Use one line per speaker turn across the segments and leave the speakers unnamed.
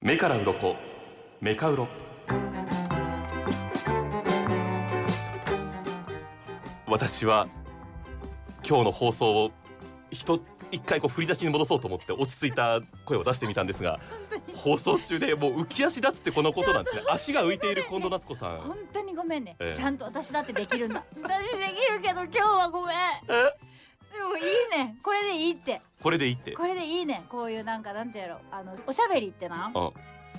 目から鱗メカウロ私は今日の放送を一一回こう振り出しに戻そうと思って落ち着いた声を出してみたんですが放送中でもう浮き足立つってこのことなんですね 足が浮いている近藤夏子さん
本当にごめんね、
ええ
ちゃんと私だってできるんだ 私できるけど今日はごめんでもいいねこれでいいって
これでいいって
これでいいねこういうなんかなんてやろうあのおしゃべりってな
あ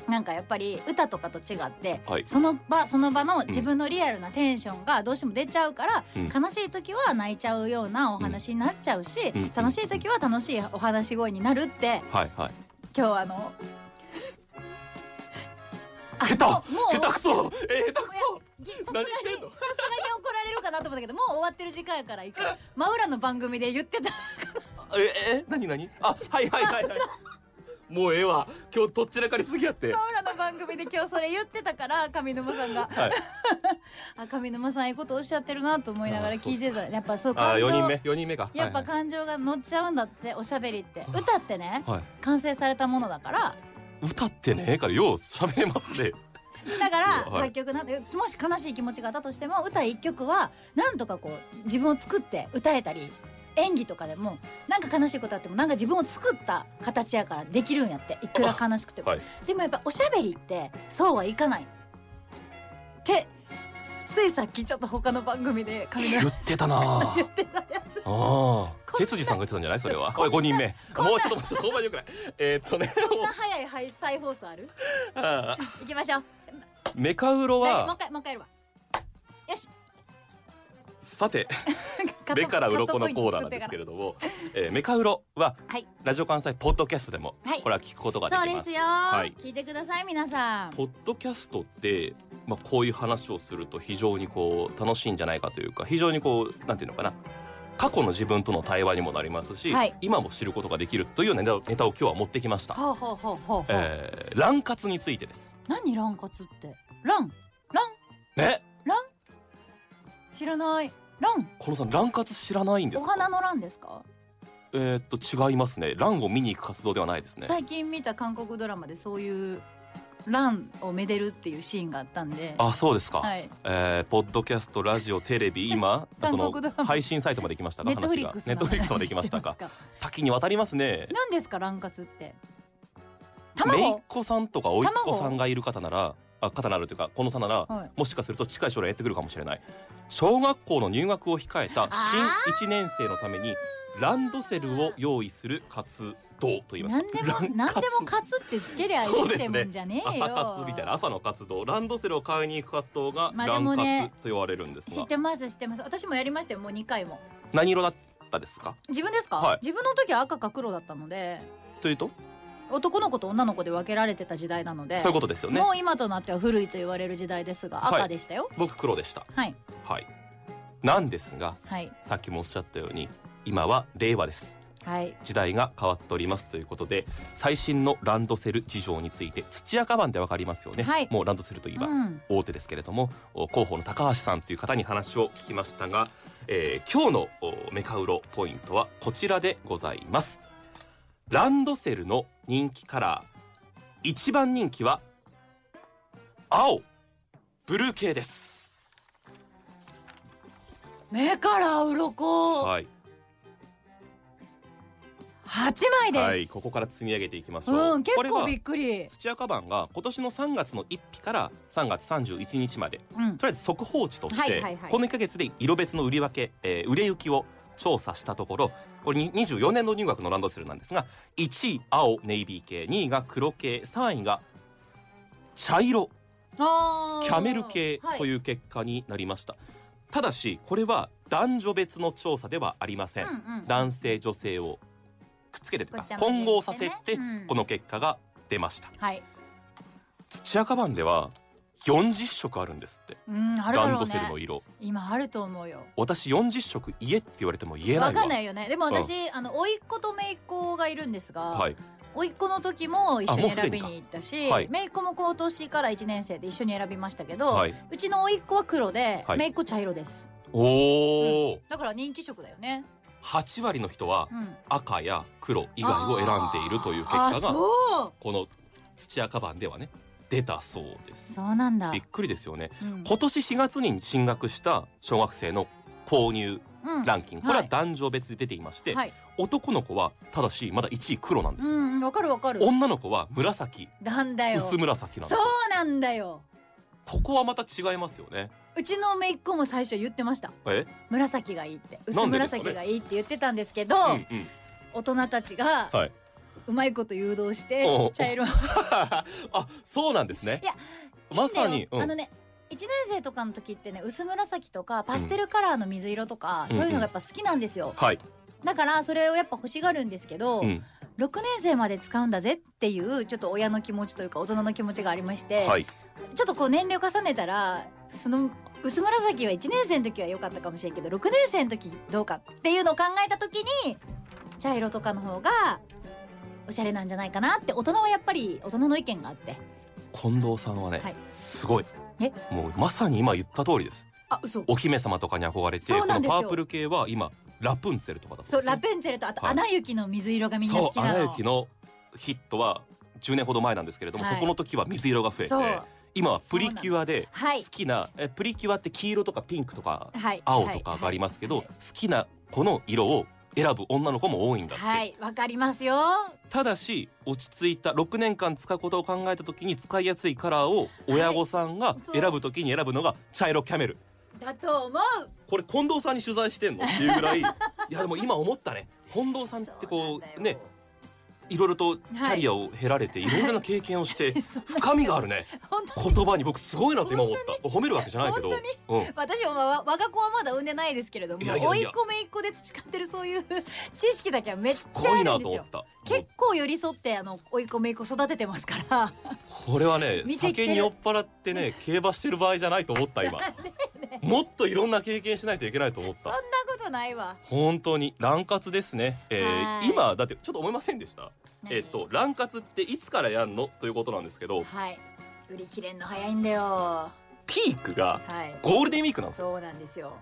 なんかやっぱり歌とかと違って、
はい
その場その場の自分のリアルなテンションがどうしても出ちゃうから、
うん
悲しい時は泣いちゃうようなお話になっちゃうし、
うん
楽しい時は楽しいお話し声になるって
はいはい
今日あのあ
下手
もうもう
下手くそえー下手くそ
ぎ さすが
何
にさ
し
すが
て
に
んの
怒られるかなと思ったけどもう終わってる時間やから一回真裏の番組で言ってた
ええ何何あはいはいはいはいもうええわ今日どっちらかりすぎやって
真裏の番組で今日それ言ってたから上沼さんが
はい
あ上沼さんええことおっしゃってるなと思いながら聞いてたやっぱそう
あ
感情
四人目四人目が
やっぱ
はい
感情が乗っちゃうんだっておしゃべりって
はい
歌ってね
はい、はい
完成されたものだから
歌ってねえからよう喋れますね
だか
いや
ら
はい
楽曲なんてもし悲しい気持ちがあったとしても歌一曲はなんとかこう自分を作って歌えたり演技とかでもなんか悲しいことあってもなんか自分を作った形やからできるんやっていくら悲しくても、
はい
でもやっぱおしゃべりってそうはいかないってついさっきちょっと他の番組で上沼
言ってたな言ってたやつああ哲司さんが言ってたんじゃないそれはこれ五人目もうちょっと待ってちょっとほんまによくないえーっと ね
こんな早いはい再放送ある
あー
行きましょう
メカウロ
大丈夫もう
は
一回もう一回やるわよし
さて
カット
目から鱗の
カット
コー
ポイント
ラな
作
ん
って
です
か
け
ら
れども、えー、メカウロは
はい
ラジオ関西ポッドキャストでも
はい
これは聞くことができ
そう
ます、
ですよ、
はい
聞いてください皆さん
ポッドキャストって、まあ、こういう話をすると非常にこう楽しいんじゃないかというか非常にこうなんていうのかな過去の自分との対話にもなりますし、
はい
今も知ることができるというようなネタをネタを今日は持ってきました、
ほうほうほうほうほう、
えー、乱活についてです
何ランカツってランラン
ね
知らないラン
このさん乱活知らないんで
お
すか
花のランですか、
えーっと違いますね乱を見に行く活動ではないですね
最近見た韓国ドラマでそういうランをめでるっていうシーンがあったんで
あそうですか、
はい
えー、ポッドキャストラジオテレビ今そ
韓国
の
ドラマ
配信サイトまで行きましたか
ネットフ
話
リッ
が
クス
ネットフリックスまで行きましたか多岐にわたりますね
何ですかランカツって
めいっ
卵
子さんとかおいっ子さんがいる方ならあ方なるというかこの差なら、
はい
もしかすると近い将来やってくるかもしれない小学校の入学を控えた
あ
新1年生のためにランドセルを用意する活動と言います
何でも何でもカツってつけりゃい
そう
い
です
って
ね
もんじゃねえよ
朝活みたいな朝の活動ランドセルを買いに行く活動が
まあ
ラン
でも
活
ね
と言われるんです
知
が、
ってます知ってます私もやりましたよもう2回も
何色だったですか
自分ですか、
はい
自分の時は赤か黒だったので
というと、
男の子と女の子で分けられてた時代なので
そういうことですよね
もう今となっては古いと言われる時代ですが
はい
赤でしたよ
僕黒でした
はい
はいなんですが
はい
さっきもおっしゃったように今は令和です
はい
時代が変わっておりますということで最新のランドセル事情について土屋カバンでわかりますよね、
はい
もうランドセルといえば
うん
大手ですけれども、お広報の高橋さんという方に話を聞きましたが、えー今日のおメカウロポイントはこちらでございますランドセルの人気カラー一番人気は青ブルー系です
目から鱗、
はい、
8枚です、
はい、ここから積み上げていきましょう、
うん結
これは
構びっくり
土屋カバンが今年の3月の1日から3月31日まで
うん
とりあえず速報値として、
はいはいはい
この1ヶ月で色別の売り分け、えー売れ行きを調査したところこれに24年度入学のランドセルなんですが1位青ネイビー系2位が黒系3位が茶色
あ
キャメル系と
う、
いう結果になりました、ただしこれは男女別の調査ではありません、
はいうんうん
男性女性をくっつけてという
ごちゃ
か
混ぜにしてね
混合させて
うん
この結果が出ました、
はい
土屋カバンでは40色あるんですって
うんあるだ
ラン
ろ
ド
う
セルの
ね
色
今あると思うよ
私40色言えって言われても言えないわ
わかんないよねでも私、あの甥っ子と姪っ子がいるんですが、
はい
甥っ子の時も一緒
あもう
に
すでに
選び
か
に行ったし、
はい
姪っ子も今年から1年生で一緒に選びましたけど、
はい、
うちの甥っ子は黒で、
はい
姪っ子茶色です
おお、
だから人気色だよね、
八8割の人は
うん、
赤や黒以外を選んでいるという結果
あ
が
そう
この土屋カバンではね出たそうです
そうなんだ
びっくりですよね
うん
今年4月に進学した小学生の購入
うん
ランキングこれは
はい
男女別で出ていまして、
はい
男の子はただしまだ1位黒なんで
う
すよ、
んうんわかるわかる
女の子は紫
なんだよ
薄
そう
紫なんですよ
なんだよ
ここはまた違いますよね
うちの姪っ子も最初言ってました
え、
紫がいいって薄
なんでですかね
紫がいいって言ってたんですけど
うんうん、
大人たちが
はいう
まいこと誘導して
おう
茶色い
あそうなんですね
いや
まさに
いいん
う
だよ
ん
あのね1年生とかの時ってね薄紫とかパステルカラーの水色とか、
うん
そういうのがやっぱ好きなんですよ、
はい、
だからそれをやっぱ欲しがるんですけど、
うん、
6年生まで使うんだぜっていうちょっと親の気持ちというか大人の気持ちがありまして、
はい
ちょっとこう年齢を重ねたらその薄紫は1年生の時は良かったかもしれんけど6年生の時どうかっていうのを考えた時に茶色とかの方がおしゃれなんじゃないかなって大人はやっぱり大人の意見があって
近藤さんはね、
はい
すごい
え
もうまさに今言った通りです
あ嘘
お姫様とかに憧れて
そう
こ
な
の
んですよ
パープル系は今ラプンツェルとかだ
そう
ですね
ラペンツェルとあと
はい
アナ雪の水色がみんな
そ
好
う
き
ア
な
ナ
の、
雪のヒットは10年ほど前なんですけれども、
はい
そこの時は水色が増えて
そう
今はプリキュアで
はい
好きな、えプリキュアって黄色とかピンクとか
はい
青とかがありますけど、
はい
好きなこの色を選ぶ女の子も多いんだって、
はいわかりますよ
ただし落ち着いた6年間使うことを考えた時に使いやすいカラーを親御さんが
そう
選ぶ時に選ぶのが茶色キャメル
だと思う
これ近藤さんに取材してんのっていうぐ らいいやでも今思ったね近藤さんってこうねいろいろとキャリアを経られていろいろな経験をして
そう
深みがあるね
本当に
言葉に僕すごいなと今思った褒めるわけじゃないけど
本
うん
私もわ我が子はまだ産んでないですけれども
いやいやいや
甥っ子姪っ子で培ってるそういう知識だけはめっち
す
ゃ
ご
あ
い
る
なん
で
と
す
思っ
よ
たもう
結構寄り添ってあの甥っ子姪っ子育ててますから
これはね
見てきて
酒
る
に酔っ払ってね 競馬してる場合じゃないと思った今もっといろんな経験しないといけないと思っ
そんな
た
ことない わ
本当に乱活ですね、えー
はい
今だってちょっと思いませんでしたえっと乱活っていつからやんのということなんですけど
はい売り切れんの早いんだよは
ピークが
い
ゴールデンウィークなんですよ
そうなんですよ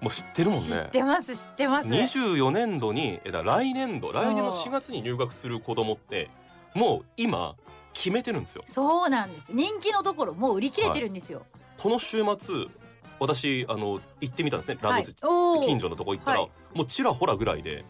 もう知ってるもん
知っ
ね
てます知ってます
24年度にえだ来年度
そう
来年の4月に入学する子供ってもう今決めてるんですよ
そうなんです人気のところもう売り切れてるんですよ
この週末私あの行ってみたんですねランドセル
おー
近所のとこ行ったら、
はい
もうちらほらぐらいで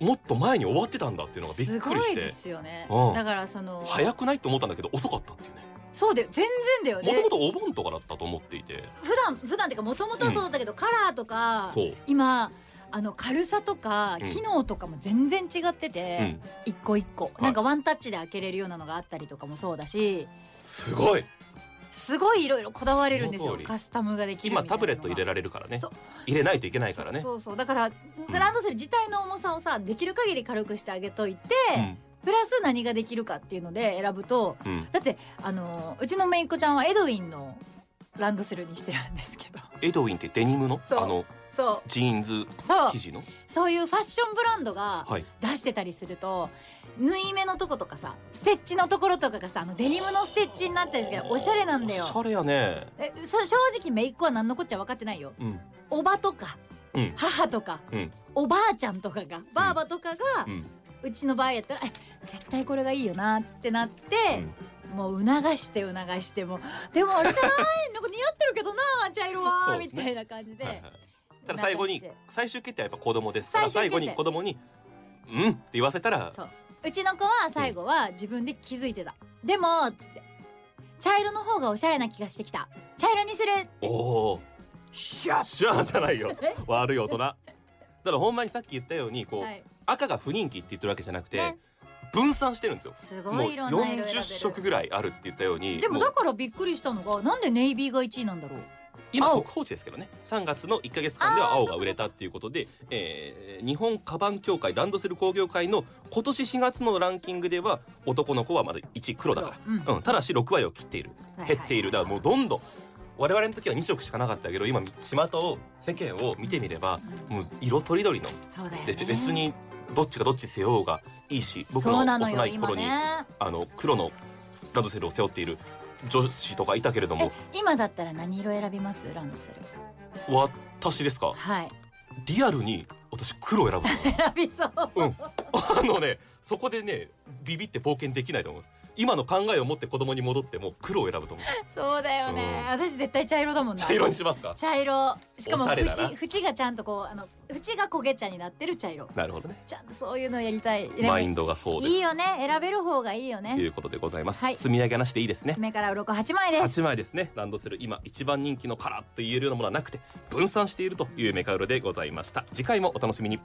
もっと前に終わってたんだっていうのがびっ
す
く
ご
りし
い
て
ですよね
うん
だからその
早くないと思ったんだけど遅かったっていうね
そうだよ全然だよ
もと
ね
もとお盆とかだったと思っていて
普段普段っていうかもともとはそうだったけど、カラーとか
そう、
今あの軽さとか
うん
機能とかも全然違って
う
て、
ん、
一個一個
い
なんかワンタッチで開けれるようなのがあったりとかもそうだし
すごい
すごいいろいろこだわれるんです
そ
よ
の通り
カスタムができるみ
今
たいな
タブレット入れ
ら
られるからね
そう
入れないといけないからね
そうそうだからグランドセル自体の重さをさできる限り軽くしてあげといて、プラス何ができるかっていうので選ぶと
うんうん、
だってあのうちのめいっ子ちゃんはエドウィンのランドセルにしてるんですけど
エドウィンってデニムのあ
そう
の
そ
ジーンズ
うそう
生地の
そういうファッションブランドが
はい
出してたりすると、縫い目のとことかさステッチのところとかがさあのデニムのステッチになってたりするからおしゃれなんだ
おしゃ
よ。
れやね
えそ正直めいっ子は何のこっちゃ分かってないよ。
うん
おばとか
うん
母とか、
うん
おばあちゃんとかがばあばとかが、
う
うんちの場合やったらえ絶対これがいいよなってなって、もう促して促してもでもあれじゃない なんか似合ってるけどな茶色
そ
は、
うで
み
すね
たいな感じで、
はいはいただ最後に
流して
最終決定はやっぱ子供ですから最
最
後
終決定
に子供に「うん」って言わせたら
そううちの子は最後は自分で気づいてた、でもっつって茶色の方がおしゃれな気がしてきた茶色にする
おおシャーシャーじゃないよ悪い大人だからほんまにさっき言ったようにこう、
はい
赤が不人気って言ってるわけじゃなくて、
ね
分散してるんですよ
すご
もう
いいろんな色
40
選
色
べる
ぐらいあるって言ったように
でも
う
だからびっくりしたのがなんでネイビーが1位なんだろう
今
青
速報値ですけどね3月の1か月間では青が売れたっていうことで、えー日本カバン協会ランドセル工業会の今年4月のランキングでは男の子はまだ1黒だか
うん
ら、うん、ただし6割を切っている
はい
減っているだからもうどんどん我々の時は2色しかなかったけど今巷を世間を見てみれば
うん
もう色とりどりの
そうだよ
で
ね
別にどっちがどっち背負おうがいいし僕の
そうなのよ
幼い
今
頃に
ね
あの黒のランドセルを背負っている女子とかいたけれど
え
も
今だったら何色選びますランドセル
私ですか
はい
リアルに私黒を選 ぶの
選びそう
あのねそこでねビビって冒険できないと思います今の考えを持って子供に戻っても黒を選ぶと思う
そうだよね、
うん
私絶対茶色だもんな
茶色にしますか
茶色しかも
おしゃれだな
縁縁がちゃんとこうあの縁が焦げ茶になってる茶色
なるほどね
ちゃんとそういうのやりたい、でも
マインドがそうです
いいよね選べる方がいいよ
とい
ね
うことでございます、
はい
積み上げなしでいいですね
目から鱗八枚です
8枚ですねランドセル今一番人気のカラーと言えるようなものはなくて分散しているというメカウロでございました次回もお楽しみに